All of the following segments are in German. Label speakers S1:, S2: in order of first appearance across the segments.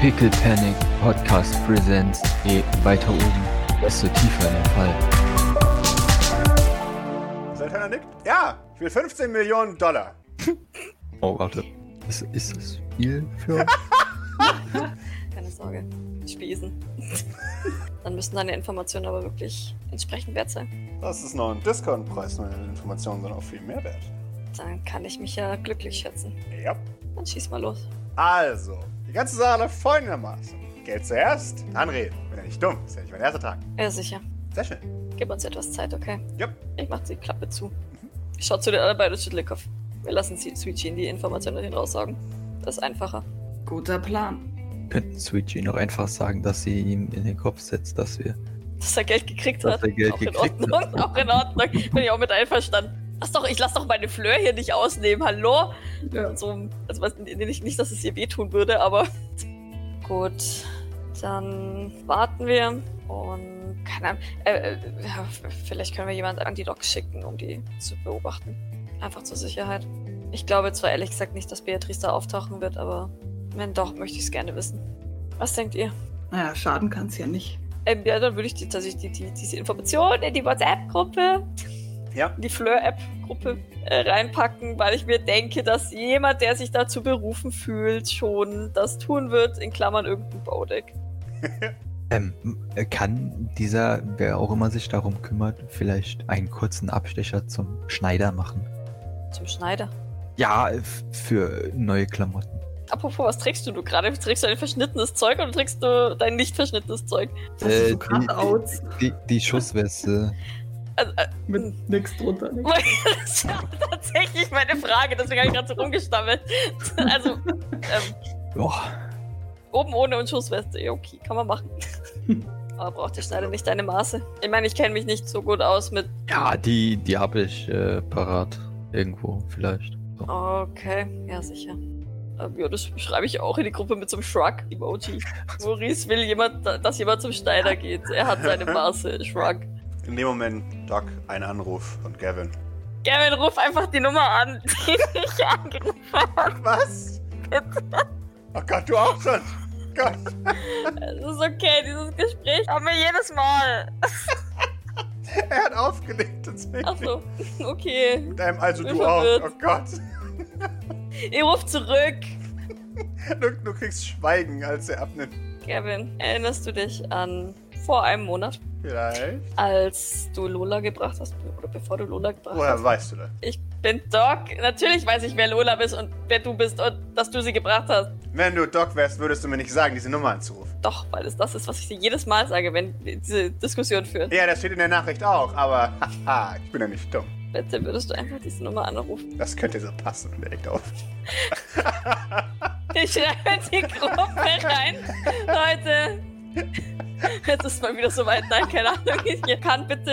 S1: Pickle Panic Podcast Presents. Nee, weiter oben, desto tiefer in den Fall.
S2: Santana nickt. Ja, ich will 15 Millionen Dollar.
S1: Oh, warte. Ist, ist das viel für uns?
S3: Keine Sorge. Spesen. Dann müssen deine Informationen aber wirklich entsprechend wert sein.
S2: Das ist noch ein Discount-Preis. Meine Informationen sind auch viel mehr wert.
S3: Dann kann ich mich ja glücklich schätzen.
S2: Ja.
S3: Dann schieß mal los.
S2: Also, die ganze Sache läuft folgendermaßen. Geld zuerst, dann reden. Bin ja nicht dumm, ist ja nicht mein erster Tag.
S3: Ja, sicher.
S2: Sehr schön.
S3: Gib uns etwas Zeit, okay?
S2: Ja.
S3: Ich mach die Klappe zu. Ich schau zu den anderen beiden und schüttle den Kopf. Wir lassen sie Sweetchin die Informationen hinaussagen. Das ist einfacher.
S4: Guter Plan.
S1: Könnten Sweetie noch einfach sagen, dass sie ihm in den Kopf setzt, dass wir.
S3: Dass er Geld gekriegt
S1: Dass
S3: hat.
S1: er Geld
S3: auch
S1: gekriegt
S3: in Ordnung. Auch in Ordnung. Bin ich auch mit einverstanden. Lass doch, ich lass doch meine Fleur hier nicht ausnehmen. Hallo?
S4: Ja.
S3: So, also was, nicht, nicht, dass es ihr wehtun würde, aber. Gut, dann warten wir und keine Ahnung. Äh, äh, ja, f- vielleicht können wir jemanden an die Docs schicken, um die zu beobachten. Einfach zur Sicherheit. Ich glaube zwar ehrlich gesagt nicht, dass Beatrice da auftauchen wird, aber wenn doch, möchte ich es gerne wissen. Was denkt ihr?
S4: Naja, schaden kann es ja nicht.
S3: Ähm, ja, dann würde ich die, tatsächlich die, die, diese Information in die WhatsApp-Gruppe,
S2: Ja.
S3: in die Fleur-App-Gruppe äh, reinpacken, weil ich mir denke, dass jemand, der sich dazu berufen fühlt, schon das tun wird, in Klammern irgendein Baudeck.
S1: Ähm, m- äh, kann dieser, wer auch immer sich darum kümmert, vielleicht einen kurzen Abstecher zum Schneider machen?
S3: Zum Schneider.
S1: Ja, f- für neue Klamotten.
S3: Apropos, was trägst du, du gerade? Trägst du ein verschnittenes Zeug oder trägst du dein nicht verschnittenes Zeug?
S4: Das ist
S1: Äh,
S4: so Cutouts
S1: Die, die Schussweste.
S3: Also, äh,
S4: mit nix drunter. nix.
S3: das war tatsächlich meine Frage, deswegen habe ich gerade so rumgestammelt. Also, ähm,
S1: Boah,
S3: Oben ohne und Schussweste. Ja, okay, kann man machen. Aber braucht der Schneider nicht deine Maße? Ich meine, ich kenne mich nicht so gut aus mit.
S1: ja, die, die habe ich äh, parat. Irgendwo, vielleicht. So.
S3: Okay, ja, sicher. Ähm, Ja, das schreibe ich auch in die Gruppe mit so einem Shrug-Emoji. Maurice will jemand, da- dass jemand zum Schneider geht. Er hat seine Maße. Shrug.
S2: In dem Moment, Doc, ein Anruf von Gavin.
S3: Gavin, ruf einfach die Nummer an, die ich angerufen habe.
S2: Was? Oh Gott, du auch schon. Gott.
S3: Es ist okay, dieses Gespräch haben wir jedes Mal.
S2: Er hat aufgelegt tatsächlich.
S3: Achso, okay.
S2: Mit einem also
S3: bin
S2: du auch.
S3: verwirrt.
S2: Oh Gott.
S3: Ich ruf zurück.
S2: Du, du kriegst Schweigen, als er abnimmt.
S3: Gavin, erinnerst du dich an vor einem Monat?
S2: Vielleicht.
S3: als du Lola gebracht hast, oder bevor du Lola gebracht hast.
S2: Woher weißt du das?
S3: Ich bin Doc. Natürlich weiß ich, wer Lola bist und wer du bist und dass du sie gebracht hast.
S2: Wenn du Doc wärst, würdest du mir nicht sagen, diese Nummer anzurufen.
S3: Doch, weil es das ist, was ich dir jedes Mal sage, wenn wir diese Diskussion führen.
S2: Ja, das steht in der Nachricht auch, aber haha, ich bin ja nicht dumm.
S3: Bitte würdest du einfach diese Nummer anrufen.
S2: Das könnte so passen und er legt auf.
S3: Ich schreibe in die Gruppe rein. Leute. Jetzt ist mal wieder soweit. Nein, keine Ahnung. Ihr kann bitte,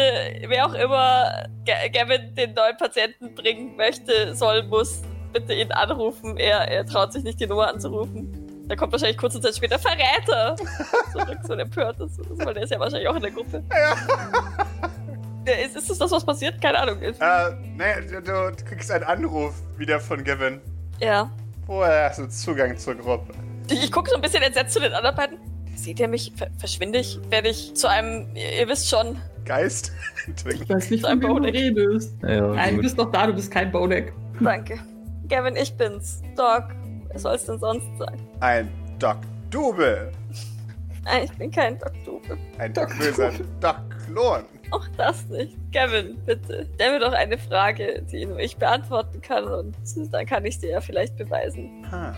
S3: wer auch immer Ga- Gavin den neuen Patienten bringen möchte, soll, muss, bitte ihn anrufen. Er, er traut sich nicht, die Nummer anzurufen. Da kommt wahrscheinlich kurze Zeit später Verräter zurück, so ein empörtes. oder so, Weil der ist ja wahrscheinlich auch in der Gruppe. Der- Ist, ist das das, was passiert? Keine Ahnung.
S2: Äh, nee, du, du kriegst einen Anruf wieder von Gavin.
S3: Ja.
S2: Woher hast du Zugang zur Gruppe?
S3: Ich, ich gucke so ein bisschen entsetzt zu den anderen beiden. Seht ihr mich? Ver verschwinde ich? Werde ich zu einem, ihr, ihr wisst schon,
S2: Geist? Entwickeln.
S4: Ich weiß nicht,
S3: Ein
S4: von wem du
S3: Baudeck.
S4: redest.
S1: Ja,
S4: Nein, du
S1: gut.
S4: bist doch da, du bist kein Baudeck.
S3: danke. Gavin, ich bin's. Doc, wer soll's denn sonst sein?
S2: Ein Doc Dube.
S3: Nein, ich bin kein Doc Dube.
S2: Ein Doc Böser. Doc Klon.
S3: Auch das nicht. Gavin, bitte, stell mir doch eine Frage, die nur ich beantworten kann und dann kann ich dir ja vielleicht beweisen.
S2: Ha.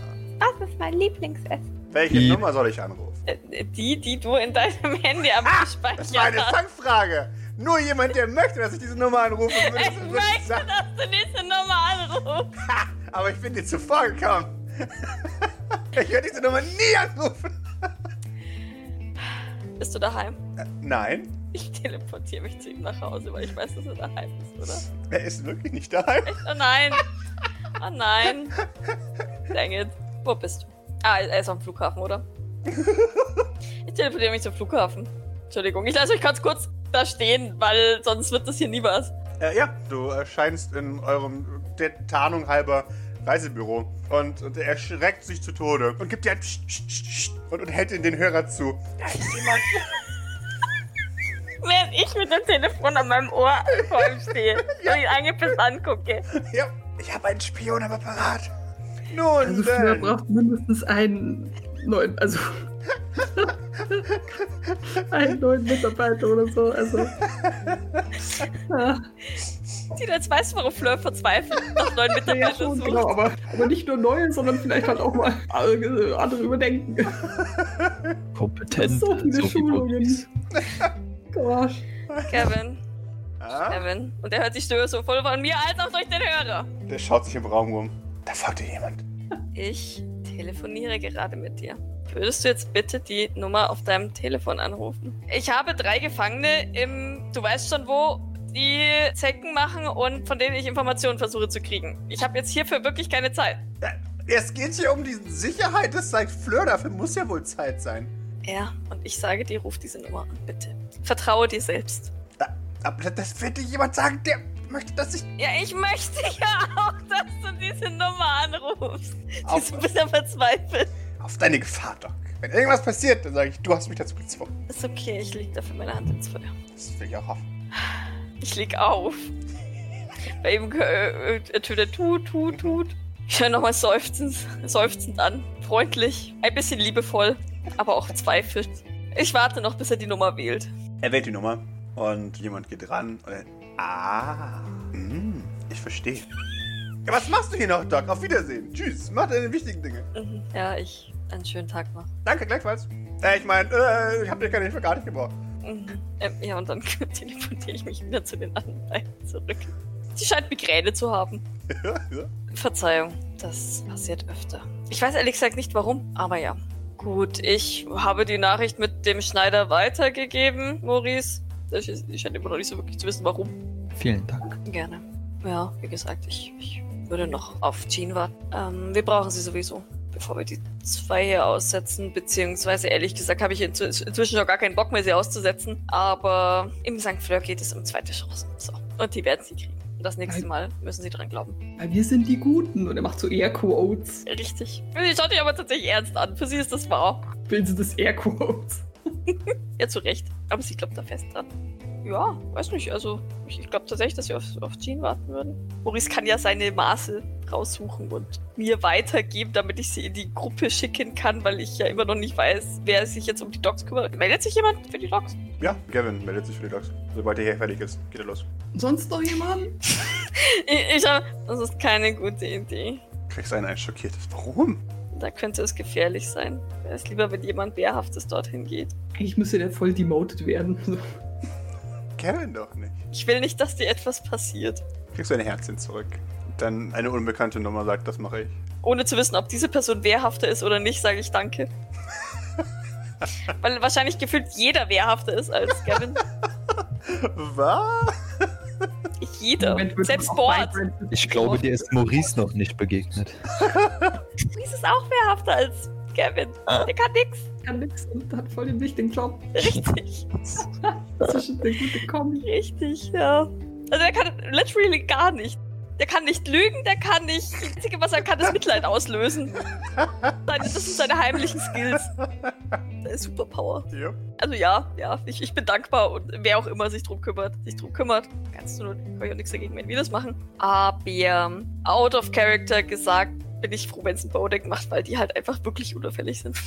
S3: Das ist mein Lieblingsessen.
S2: Welche
S1: Die-
S2: Nummer soll ich anrufen?
S3: Äh, die, die du in deinem Handy abgespeichert
S2: Das
S3: hast.
S2: war eine Fangfrage. Nur jemand, der möchte, dass ich diese Nummer anrufe, würde
S3: Ich
S2: würde
S3: möchte,
S2: sagen.
S3: dass du diese Nummer anrufst.
S2: Aber ich bin dir zuvor gekommen. ich werde diese Nummer nie anrufen.
S3: Bist du daheim?
S2: Nein,
S3: Ich teleportiere mich zu ihm nach Hause, weil ich weiß, dass er daheim ist, oder?
S2: er ist wirklich nicht daheim.
S3: Oh nein! Oh nein! Dang it. Wo bist du? Ah, er ist am Flughafen, oder? Ich teleportiere mich zum Flughafen. Entschuldigung, ich lasse euch ganz kurz da stehen, weil sonst wird das hier nie was.
S2: Äh, ja, du äh, scheinst in eurem der Tarnung halber Reisebüro und, und er erschreckt sich zu Tode und gibt dir ein Psst, Psst, Psst, Psst und, und hält in den Hörer zu.
S3: Während ich mit dem Telefon an meinem Ohr vor ihm stehe und ihn angepisst angucke.
S2: Ja, ich habe einen Spion am Apparat. Nun
S4: Also Fleur
S2: denn.
S4: braucht mindestens einen neuen, also einen neuen Mitarbeiter oder so. Also Ah,
S3: Die jetzt weiß, warum Fleur verzweifelt nach neuen
S4: ja,
S3: Mitarbeitern
S4: schon,
S3: sucht.
S4: genau, aber, aber nicht nur neue, sondern vielleicht halt auch mal äh, andere überdenken.
S1: Kompetent.
S4: So viele
S1: wie
S4: Schulungen.
S1: Bubis.
S4: Gosh.
S3: Kevin,
S2: Ah,
S3: Kevin. Und er hört die Stimme sowohl von mir als auch durch den Hörer.
S2: der schaut sich im Raum rum. Da folgt dir jemand.
S3: Ich telefoniere gerade mit dir. Würdest du jetzt bitte die Nummer auf deinem Telefon anrufen? Ich habe drei Gefangene im, du weißt schon wo, die Zecken machen und von denen ich Informationen versuche zu kriegen. Ich habe jetzt hierfür wirklich keine Zeit.
S2: Es geht hier um die Sicherheit, das sagt Fleur, dafür muss ja wohl Zeit sein.
S3: Ja, und ich sage dir, ruf diese Nummer an, bitte. Vertraue dir selbst.
S2: Aber das wird dir jemand sagen, der möchte, dass ich
S3: Ja, ich möchte ja auch, dass du diese Nummer anrufst. Die
S2: auf,
S3: ist ein bisschen verzweifelt.
S2: auf deine Gefahr, Doc. Wenn irgendwas passiert, dann sage ich, du hast mich dazu gezwungen.
S3: Ist okay, ich leg dafür meine Hand ins Feuer.
S2: Das will ich auch hoffen.
S3: Ich leg auf. Bei ihm äh, äh, tut er tut, tut, tut. Ich höre nochmal seufzend, seufzend an. Freundlich, ein bisschen liebevoll, aber auch zweifelt. Ich warte noch, bis er die Nummer wählt.
S2: Er wählt die Nummer und jemand geht ran. Und er, ah, mm, ich verstehe. Ja, was machst du hier noch, Doc? Auf Wiedersehen. Tschüss. Mach deine wichtigen Dinge.
S3: Mhm. Ja, ich einen schönen Tag noch.
S2: Danke, gleichfalls. Äh, ich meine, äh, ich habe dir keine Hilfe gar nicht gebraucht.
S3: Mhm. Ähm, ja, und dann telefoniere ich mich wieder zu den anderen beiden zurück. Sie scheint Migräne zu haben. Verzeihung, das passiert öfter. Ich weiß ehrlich gesagt nicht warum, aber ja. Gut, ich habe die Nachricht mit dem Schneider weitergegeben, Maurice. Ich, ich scheine immer noch nicht so wirklich zu wissen, warum.
S1: Vielen Dank.
S3: Gerne. Ja, wie gesagt, ich, ich würde noch auf Jean warten. Ähm, wir brauchen sie sowieso, bevor wir die zwei hier aussetzen. Beziehungsweise, ehrlich gesagt, habe ich inzw inzwischen schon gar keinen Bock mehr, sie auszusetzen. Aber im St. Fleur geht es um zweite Chancen. So. Und die werden sie kriegen. Und das nächste Mal müssen sie dran glauben.
S4: Weil wir sind die Guten. Und er macht so Airquotes.
S3: Richtig. Sie schaut dich aber tatsächlich ernst an. Für sie ist das wahr.
S4: Bilden Sie das Airquotes?
S3: Ja, zu Recht. Aber sie glaubt da fest dran. Ja, weiß nicht. Also, ich, ich glaube tatsächlich, dass wir auf, auf Jean warten würden. Boris kann ja seine Maße raussuchen und mir weitergeben, damit ich sie in die Gruppe schicken kann, weil ich ja immer noch nicht weiß, wer sich jetzt um die Docs kümmert. Meldet sich jemand für die Docs?
S2: Ja, Gavin meldet sich für die Docs. Sobald er hier fertig ist, geht er los.
S4: Sonst noch jemand?
S3: Ich, ich hab, das ist keine gute Idee.
S2: Kriegst einen ein schockiertes. Warum?
S3: Da könnte es gefährlich sein. Wäre es lieber, wenn jemand Wehrhaftes dorthin geht.
S4: Eigentlich müsste der voll demoted werden. So.
S2: Gavin doch nicht.
S3: Ich will nicht, dass dir etwas passiert.
S2: Kriegst du ein Herzchen zurück. Dann eine unbekannte Nummer sagt, das mache ich.
S3: ohne zu wissen, ob diese Person Wehrhafter ist oder nicht, sage ich Danke. Weil wahrscheinlich gefühlt jeder Wehrhafter ist als Gavin.
S2: Was?
S3: Jeder.
S4: Moment, wird
S3: Selbst
S4: man auch
S3: Bord.
S4: vibrant-
S1: Ich glaube, dir ist Maurice noch nicht begegnet.
S3: Maurice ist auch wehrhafter als Gavin. Der kann nix.
S4: Kann nix und hat voll den wichtigen Job.
S3: Richtig.
S4: Zwischen der gute Kombi.
S3: Richtig, ja. Also der kann literally gar nicht. Der kann nicht lügen, der kann nicht. Das Einzige, was er kann, ist Mitleid auslösen. Seine- Das sind seine heimlichen Skills. Seine Superpower.
S2: Ja.
S3: Also ja, ja, ich, ich bin dankbar und wer auch immer sich drum kümmert, sich drum kümmert, kannst du nur, kann ich auch nichts dagegen, wenn wir das machen. Aber ähm, out of character gesagt, bin ich froh, wenn es ein Bowdeck macht, weil die halt einfach wirklich unauffällig sind.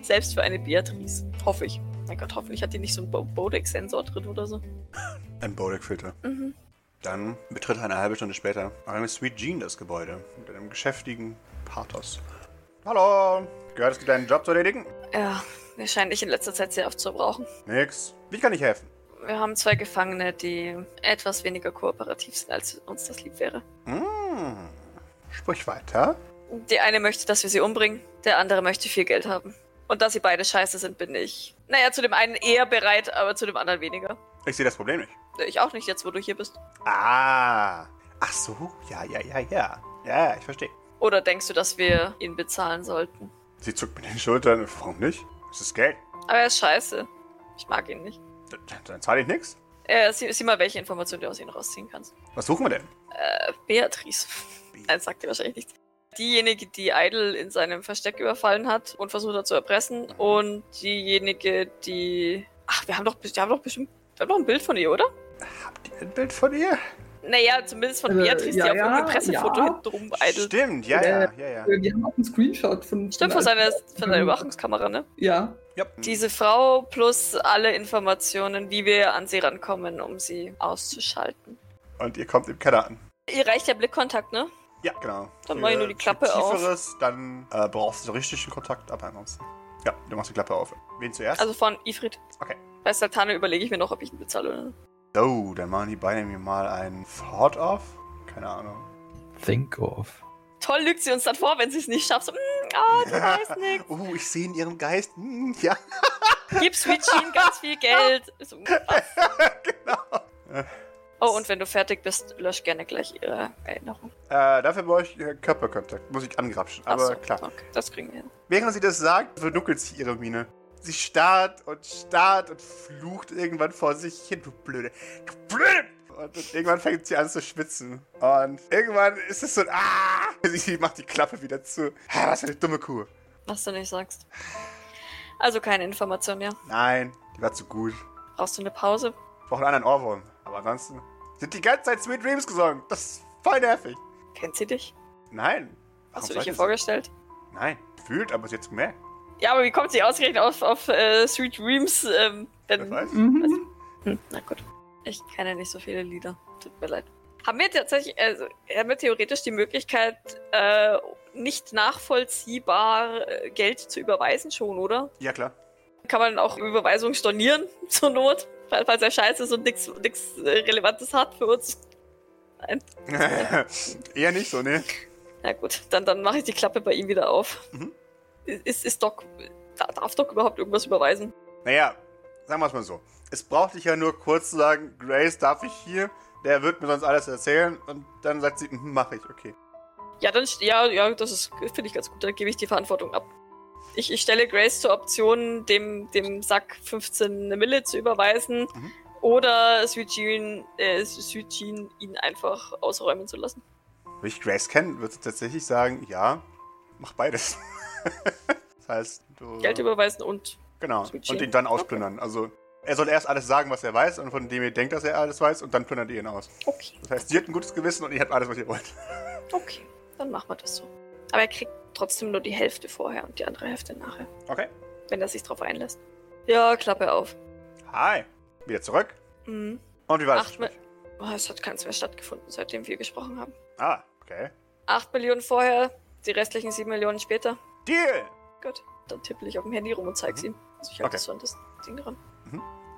S3: Selbst für eine Beatrice. Hoffe ich. Mein Gott, hoffentlich hat die nicht so einen Bo- Bowdeck-Sensor drin oder so.
S2: Ein Bodek-Filter.
S3: Mhm.
S2: Dann betritt eine halbe Stunde später eine Sweet Jean das Gebäude mit einem geschäftigen Pathos. Hallo! Gehört es dir deinen Job zu erledigen?
S3: Ja, wir scheinen dich in letzter Zeit sehr oft zu brauchen.
S2: Nix. Wie kann ich helfen?
S3: Wir haben zwei Gefangene, die etwas weniger kooperativ sind, als uns das lieb wäre.
S2: Hm. Sprich weiter.
S3: Der eine möchte, dass wir sie umbringen, der andere möchte viel Geld haben. Und da sie beide scheiße sind, bin ich. Naja, zu dem einen eher bereit, aber zu dem anderen weniger. Äh,
S2: Ich sehe das Problem nicht.
S3: Ich auch nicht jetzt, wo du hier bist.
S2: Ah. Ach so. Ja, ja, ja, ja. Ja, ich verstehe.
S3: Oder denkst du, dass wir ihn bezahlen sollten?
S2: Sie zuckt mit den Schultern. Warum nicht? Es ist Geld.
S3: Aber er ist scheiße. Ich mag ihn nicht.
S2: D- d- Dann zahle ich nichts.
S3: Äh, sieh, sieh mal, welche Informationen du aus ihm rausziehen kannst.
S2: Was suchen wir denn?
S3: Äh, Beatrice.
S2: Baby.
S3: Nein, sagt ihr wahrscheinlich nichts. Diejenige, die Idol in seinem Versteck überfallen hat und versucht hat zu erpressen. Und diejenige, die. Ach, wir haben doch, wir haben doch bestimmt. Wir haben doch ein Bild von ihr, oder?
S2: Habt ihr ein Bild von ihr?
S3: Naja, zumindest von
S4: Äh,
S3: Beatrice,
S4: ja,
S3: die auf
S4: ja,
S3: irgendeinem Pressefoto
S4: ja.
S3: hinten rum idelt.
S2: Stimmt, ja, ja, ja, ja.
S4: Äh, Wir haben auch einen Screenshot von.
S3: Stimmt, von seiner, von
S4: Mhm.
S3: seiner Überwachungskamera, ne?
S4: Ja.
S2: ja.
S3: Diese Frau plus alle Informationen, wie wir an sie rankommen, um sie auszuschalten.
S2: Und ihr kommt im Keller an.
S3: Ihr reicht der Blickkontakt, ne?
S2: Ja, genau.
S3: Dann mach ich nur die Klappe
S2: Tieferes,
S3: auf.
S2: Tieferes, dann äh, brauchst du richtig einen Kontakt ab ansonsten. Ja, du machst die Klappe auf. Wen zuerst?
S3: Also von Ifrit.
S2: Okay.
S3: Bei Saltane überlege ich mir noch, ob ich ihn bezahle oder nicht.
S2: so, dann machen die beiden mir mal einen Fort auf. Keine Ahnung.
S1: Think of.
S3: Toll lügt sie uns dann vor, wenn sie es nicht schafft. So, mm, ah, du weißt nichts.
S2: Uh, ich sehe in ihrem Geist. Hm, ja,
S3: Gib Switchin ganz viel Geld. So, was?
S2: genau.
S3: oh, und wenn du fertig bist, lösch gerne gleich ihre Erinnerung.
S2: Äh, dafür brauche ich äh, Körperkontakt. Muss ich angrapschen. Aber
S3: Ach so,
S2: klar.
S3: Okay, das kriegen wir hin.
S2: Während sie das sagt, verdunkelt sich ihre Miene. Sie starrt und starrt und flucht irgendwann vor sich hin. Du blöde. Du blöde! Und dann irgendwann fängt sie an zu schwitzen. Und irgendwann ist es so ein Ah! Sie- Sie macht die Klappe wieder zu. Ah, was für eine dumme Kuh.
S3: Was du nicht sagst. Also keine Information mehr.
S2: Nein, die war zu gut.
S3: Brauchst du eine Pause?
S2: Ich brauche einen anderen Ohrwurm. Aber ansonsten sind die ganze Zeit Sweet Dreams gesungen. Das ist voll nervig.
S3: Kennt sie dich?
S2: Nein.
S3: Hast
S2: Warum
S3: du dich hier
S2: sollte
S3: vorgestellt?
S2: sie- Nein, fühlt, aber sie hat es gemerkt.
S3: Ja, aber wie kommt sie ausgerechnet auf, auf äh, Sweet Dreams? Ähm,
S2: Wer
S3: wenn,
S2: weiß.
S4: Mhm.
S3: Hm, na gut. Ich kenne nicht so viele Lieder. Tut mir leid. Haben wir tatsächlich, also haben wir theoretisch die Möglichkeit, äh, nicht nachvollziehbar äh, Geld zu überweisen schon, oder?
S2: Ja, klar.
S3: Kann man auch Überweisungen stornieren zur Not, fall- falls er scheiße ist und nichts Relevantes hat für uns.
S2: Eher nicht so, ne?
S3: Na gut, dann, dann mache ich die Klappe bei ihm wieder auf.
S2: Mhm.
S3: Ist, ist Doc, da- darf Doc überhaupt irgendwas überweisen?
S2: Naja, sagen wir es mal so. Es braucht dich ja nur kurz zu sagen, Grace, darf ich hier? Der wird mir sonst alles erzählen. Und dann sagt sie, mhm, mach ich, okay.
S3: Ja, dann st- ja, ja, das ist finde ich ganz gut. Dann gebe ich die Verantwortung ab. Ich, ich stelle Grace zur Option, dem, dem Sack 15 eine Mille zu überweisen
S2: Mhm.
S3: oder Sujin, äh, Sujin ihn einfach ausräumen zu lassen.
S2: Würde ich Grace kennen, würde sie tatsächlich sagen, ja, mach beides. das heißt, du.
S3: Geld überweisen und
S2: Genau.
S3: Switch
S2: Und
S3: hin.
S2: ihn dann ausplündern. Also, er soll erst alles sagen, was er weiß und von dem ihr denkt, dass er alles weiß, und dann plündert ihr ihn aus.
S3: okay,
S2: Das heißt, sie hat ein gutes Gewissen und ihr habt alles, was ihr wollt.
S3: okay, dann machen wir das so. Aber er kriegt trotzdem nur die Hälfte vorher und die andere Hälfte nachher,
S2: Okay.
S3: wenn er sich drauf einlässt. Ja, Klappe auf.
S2: Hi. Wieder zurück.
S3: Mhm.
S2: Und wie war's?
S3: Acht Mi- oh, es hat keins mehr stattgefunden, seitdem wir gesprochen haben.
S2: Ah, okay.
S3: 8 Millionen vorher, die restlichen 7 Millionen später.
S2: Deal!
S3: Gut, dann tippe ich auf dem Handy rum und zeig's ihm. Also ich
S2: Mhm.
S3: halte
S2: Okay.
S3: so an das Ding dran.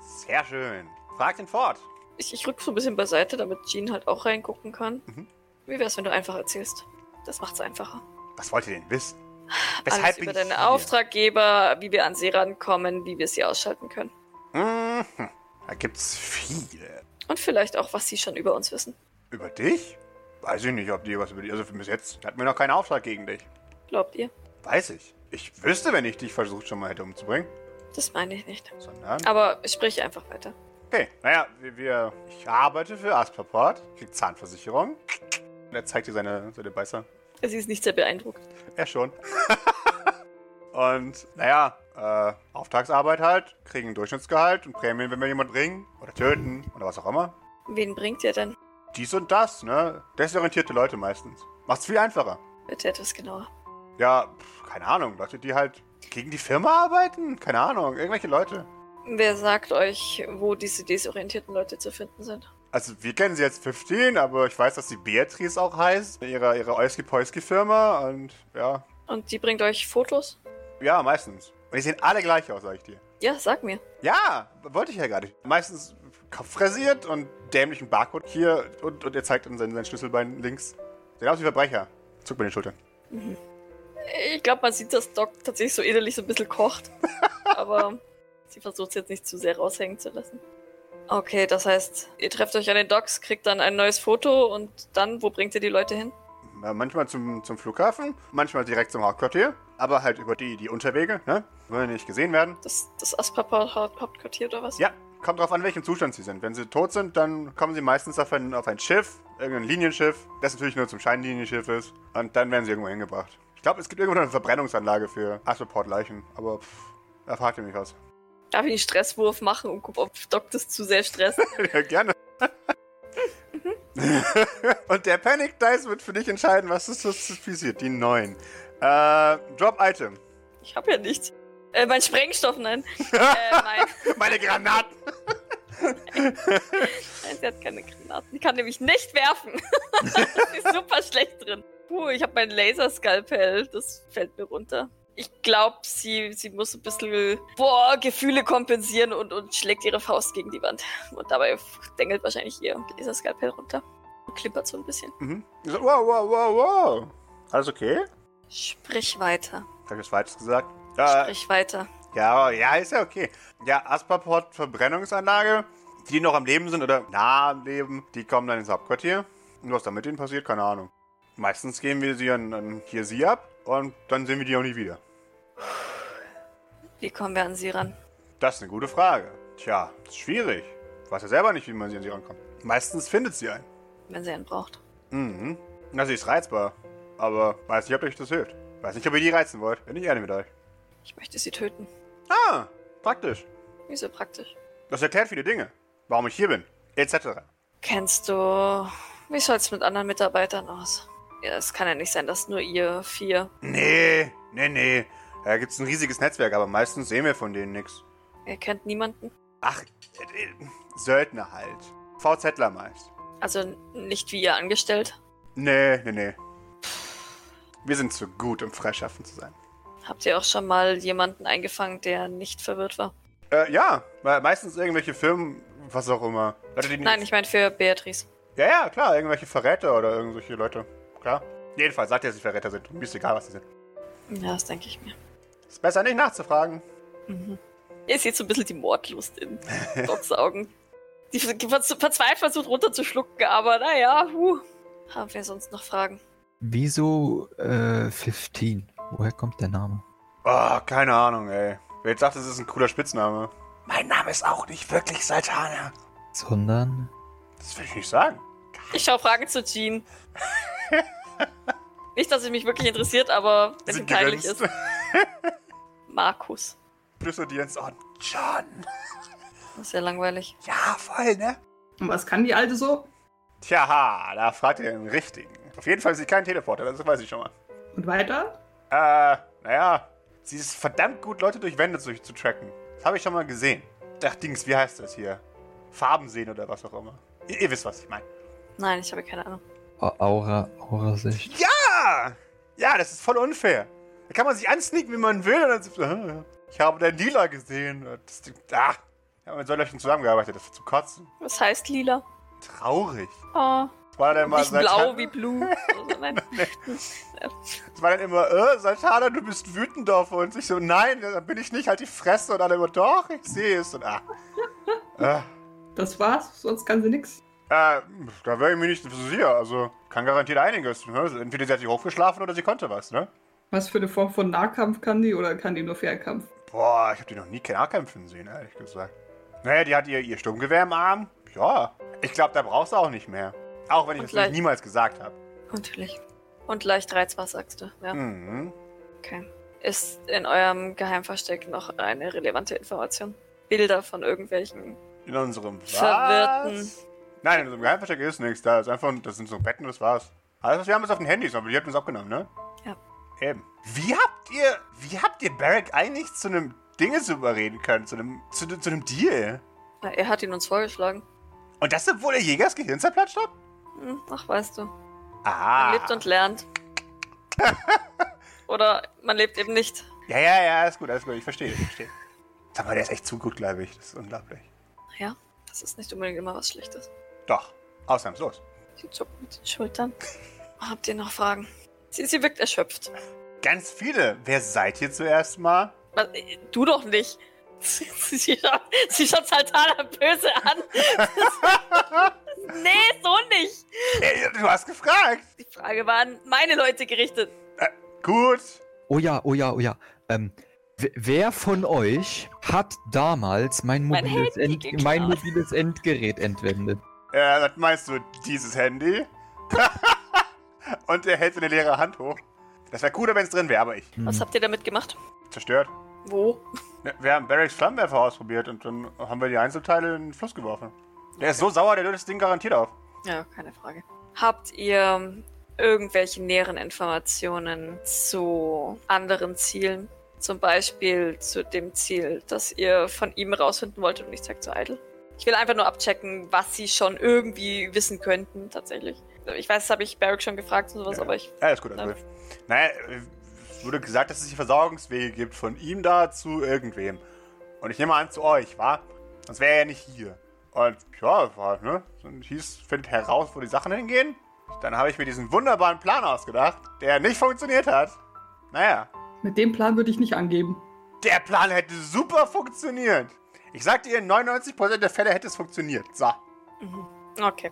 S2: Sehr schön. Frag den Ford.
S3: Ich, ich rück so ein bisschen beiseite, damit Jean halt auch reingucken kann.
S2: Mhm.
S3: Wie wär's, wenn du einfach erzählst? Das macht's einfacher.
S2: Was wollt ihr denn wissen?
S3: Alles
S2: bin
S3: über
S2: ich
S3: deine
S2: hier?
S3: Auftraggeber, wie wir an sie rankommen, wie wir sie ausschalten können.
S2: Mhm. Da gibt's viele.
S3: Und vielleicht auch, was sie schon über uns wissen.
S2: Über dich? Weiß ich nicht, ob die was über dich. Also bis jetzt hat mir noch keinen Auftrag gegen dich.
S3: Glaubt ihr?
S2: Weiß ich. Ich wüsste, wenn ich dich versucht schon mal hätte umzubringen.
S3: Das meine ich nicht.
S2: Sondern.
S3: Aber sprich einfach weiter.
S2: Okay, naja, wir, wir. Ich arbeite für Asperport, krieg Zahnversicherung. Und er zeigt dir seine, seine Beißer.
S3: Sie ist nicht sehr beeindruckt.
S2: Er schon. und naja, äh, Auftragsarbeit halt, kriegen ein Durchschnittsgehalt und Prämien, wenn wir jemanden bringen oder töten oder was auch immer.
S3: Wen bringt ihr denn?
S2: Dies und das, ne? Desorientierte Leute meistens. Macht's viel einfacher.
S3: Bitte etwas genauer.
S2: Ja, pf, keine Ahnung, Leute, die halt gegen die Firma arbeiten? Keine Ahnung, irgendwelche Leute.
S3: Wer sagt euch, wo diese desorientierten Leute zu finden sind?
S2: Also, wir kennen sie jetzt 15, aber ich weiß, dass sie Beatrice auch heißt. Ihre, ihre Eusky-Poisky-Firma und ja.
S3: Und die bringt euch Fotos?
S2: Ja, meistens. Und die sehen alle gleich aus, sag ich dir.
S3: Ja, sag mir.
S2: Ja, wollte ich ja gerade. Meistens kopfrasiert und dämlichen Barcode hier und, und er zeigt an sein, sein Schlüsselbein links. Sehen aus wie Verbrecher. Zuck mir den Schultern.
S3: Ich glaube, man sieht, dass Doc tatsächlich so innerlich so ein bisschen kocht. Aber sie versucht es jetzt nicht zu sehr raushängen zu lassen. Okay, das heißt, ihr trefft euch an den Docks, kriegt dann ein neues Foto und dann, wo bringt ihr die Leute hin?
S2: Ja, Manchmal zum, zum Flughafen, manchmal direkt zum Hauptquartier, aber halt über die, die Unterwege, ne? Wollen nicht gesehen werden.
S3: Das, das Aspapa-Hauptquartier oder was?
S2: Ja, Kommt drauf an, welchem Zustand sie sind. Wenn sie tot sind, dann kommen sie meistens auf ein, auf ein Schiff, irgendein Linienschiff, das natürlich nur zum Scheinlinienschiff ist. Und dann werden sie irgendwo hingebracht. Ich glaube, es gibt irgendwo noch eine Verbrennungsanlage für Astroport-Leichen, aber pff, da fragt ihr mich was.
S3: Darf ich einen Stresswurf machen und gucken, ob Doc das zu sehr stresst?
S2: ja, gerne. Mhm. und der Panic Dice wird für dich entscheiden, was ist das passiert. Die 9. Äh, Drop Item.
S3: Ich habe ja nichts. Äh, mein Sprengstoff, nein. äh, mein,
S2: Meine Granaten.
S3: nein, sie hat keine Granaten. Die kann nämlich nicht werfen. sie ist super schlecht drin. Puh, ich habe meinen Laserskalpell. Das fällt mir runter. Ich glaube, sie, sie muss ein bisschen boah, Gefühle kompensieren und, und schlägt ihre Faust gegen die Wand. Und dabei dengelt wahrscheinlich ihr Laserskalpell runter. Und klimpert so ein bisschen.
S2: Mhm. So, wow, wow, wow, wow. Alles okay?
S3: Sprich weiter.
S2: Habe ich was Falsches gesagt? Äh,
S3: Sprich weiter.
S2: ja, ja, ist ja okay. Ja, Asperport Verbrennungsanlage. Die, die noch am Leben sind oder nah am Leben, die kommen dann ins Hauptquartier. Und was da mit denen passiert, keine Ahnung. Meistens geben wir sie an, an hier sie ab und dann sehen wir die auch nie wieder.
S3: Wie kommen wir an sie ran?
S2: Das ist eine gute Frage. Tja, ist schwierig. Weiß ja selber nicht, wie man sie an sie rankommt. Meistens findet sie einen.
S3: Wenn sie einen braucht.
S2: Mhm. Na, sie ist reizbar. Aber weiß nicht, ob euch das hilft. Weiß nicht, ob ihr die reizen wollt. Bin ich ehrlich mit euch.
S3: Ich möchte sie töten.
S2: Ah, praktisch.
S3: Wieso praktisch?
S2: Das erklärt viele Dinge. Warum ich hier bin, etc.
S3: Kennst du. Wie soll's mit anderen Mitarbeitern aus? Ja, es kann ja nicht sein, dass nur ihr vier.
S2: Nee, nee, nee. Da gibt's ein riesiges Netzwerk, aber meistens sehen wir von denen nichts.
S3: Ihr kennt niemanden.
S2: Ach, äh, äh, Söldner halt. VZler meist.
S3: Also nicht wie ihr angestellt.
S2: Nee, nee, nee. Wir sind zu gut, um freischaffen zu sein.
S3: Habt ihr auch schon mal jemanden eingefangen, der nicht verwirrt war?
S2: Äh, ja, weil meistens irgendwelche Firmen, was auch immer. Leute, die
S3: Nein, ich meine für Beatrice.
S2: Ja, ja, klar, irgendwelche Verräter oder irgendwelche Leute. Klar. Jedenfalls sagt ihr, dass sie Verräter sind. Mir ist egal, was sie sind.
S3: Ja, das denke ich mir.
S2: Ist besser nicht nachzufragen.
S3: Mhm. Ihr seht so ein bisschen die Mordlust in Docs Augen. Die ver- ver- verzweifelt versucht runterzuschlucken, aber naja, huh. Haben wir sonst noch Fragen?
S1: Wieso äh, 15? Woher kommt der Name?
S2: Oh, keine Ahnung, ey. Wer jetzt sagt, das ist ein cooler Spitzname. Mein Name ist auch nicht wirklich Saltana.
S1: Sondern
S2: Das will ich nicht sagen.
S3: Ich schaue Fragen zu Jean. nicht, dass es mich wirklich interessiert, aber wenn sie peinlich ist. Markus.
S2: Flüstert die ins Ohr. John.
S3: Das ist ja langweilig.
S2: Ja, voll, ne?
S4: Und was kann die Alte so?
S2: Tja, da fragt ihr den richtigen. Auf jeden Fall ist sie kein Teleporter, das weiß ich schon mal.
S4: Und weiter?
S2: Äh, naja. Sie ist verdammt gut, Leute durch Wände zu, zu tracken. Das habe ich schon mal gesehen. Ach, Dings, wie heißt das hier? Farben sehen oder was auch immer. Ihr, ihr wisst, was ich meine.
S3: Nein, ich habe keine Ahnung.
S1: Au- Aura, Aura-Sicht.
S2: Ah! Ja, das ist voll unfair. Da kann man sich ansneaken, wie man will. Und dann so, "Ah, ich habe den Lila gesehen. Und Das, ah, ich habe mit solchen zusammengearbeitet. Das ist zu kotzen.
S3: Was heißt lila?
S2: Traurig.
S3: Oh,
S2: Das war dann immer
S3: nicht blau
S2: Saltan-
S3: wie blue. Also, nein.
S2: Das war dann immer, äh, Saltana, du bist wütend auf uns. Ich so, nein, da bin ich nicht. Halt die Fresse. Und alle immer, doch, ich sehe es. Und ah. ah.
S4: Das war's, sonst kann sie nix.
S2: Äh, da wäre ich mir nicht so sicher. Also, kann garantiert einiges. ne? Entweder sie hat sich hochgeschlafen oder sie konnte was, ne?
S4: Was für eine Form von Nahkampf kann die oder kann die nur Fernkampf?
S2: Boah, ich habe die noch nie Nahkämpfen sehen, ehrlich gesagt. Naja, die hat ihr, ihr Sturmgewehr im Arm. Ja, ich glaube, da brauchst du auch nicht mehr. Auch wenn ich
S3: Und
S2: das natürlich
S3: gleich-
S2: niemals gesagt habe.
S3: Natürlich. Und leicht reizbar, sagst du. Ja,
S2: Mhm.
S3: okay. Ist in eurem Geheimversteck noch eine relevante Information? Bilder von irgendwelchen.
S2: In unserem was?
S3: Verwirrten.
S2: Nein, in unserem Geheimversteck ist nichts. Da ist einfach, das sind so Betten, das war's. Alles, was wir haben, ist auf den Handys, aber die habt uns abgenommen, ne?
S3: Ja.
S2: Eben. Wie habt ihr, wie habt ihr Barrack eigentlich zu einem Dinge zu überreden können? Zu einem, zu, zu einem Deal?
S3: Na, er hat ihn uns vorgeschlagen.
S2: Und das, obwohl der Jäger das Gehirn zerplatscht hat?
S3: Hm, Ach, weißt du. Man
S2: Ah.
S3: lebt und lernt. Oder man lebt eben nicht.
S2: Ja, ja, ja, ist gut, alles gut. Ich verstehe, ich verstehe. Sag mal, der ist echt zu gut, glaube ich. Das ist unglaublich.
S3: Ja, das ist nicht unbedingt immer was Schlechtes.
S2: Doch, ausnahmslos.
S3: Sie zuckt mit den Schultern. Habt ihr noch Fragen? Sie, sie wirkt erschöpft.
S2: Ganz viele. Wer seid ihr zuerst mal?
S3: Was, äh, du doch nicht. Sie, sie, schaut, sie schaut Saltana böse an. nee, so nicht.
S2: Ey, Du hast gefragt.
S3: Die Frage war an meine Leute gerichtet.
S2: Gut.
S1: Oh ja, oh ja, oh ja. Ähm, W- Wer von euch hat damals mein
S3: Mein
S1: mobiles,
S3: Handy
S1: End mein
S3: geklaut.
S1: mobiles Endgerät entwendet?
S2: Äh, was meinst du? Dieses Handy? Und er hält eine leere Hand hoch. Das wäre cooler, wenn es drin wäre, aber ich.
S1: Hm.
S3: Was habt ihr damit gemacht?
S2: Zerstört.
S3: Wo?
S2: Ja, Wir haben Barracks Flammenwerfer ausprobiert und dann haben wir die Einzelteile in den Fluss geworfen. Der ist so sauer, der löst das Ding garantiert auf.
S3: Ja, keine Frage. Habt ihr irgendwelche näheren Informationen zu anderen Zielen? Zum Beispiel zu dem Ziel, das ihr von ihm rausfinden wolltet und ich sag zu Idle. Ich will einfach nur abchecken, was sie schon irgendwie wissen könnten, tatsächlich. Ich weiß, das habe ich Barrick schon gefragt und sowas,
S2: Ja.
S3: aber ich.
S2: Ja, ist gut,
S3: Ja.
S2: also. Naja, äh, es wurde gesagt, dass es hier Versorgungswege gibt, von ihm da zu irgendwem. Und ich nehme an, zu euch, wa? Sonst wäre er ja nicht hier. Und ja, war, ne? Und hieß, findet heraus, wo die Sachen hingehen. Dann habe ich mir diesen wunderbaren Plan ausgedacht, der nicht funktioniert hat. Naja,
S4: Mit dem Plan würde ich nicht angeben.
S2: der Plan hätte super funktioniert. Ich sagte ihr, in 99% der Fälle hätte es funktioniert. So.
S3: Mhm. Okay.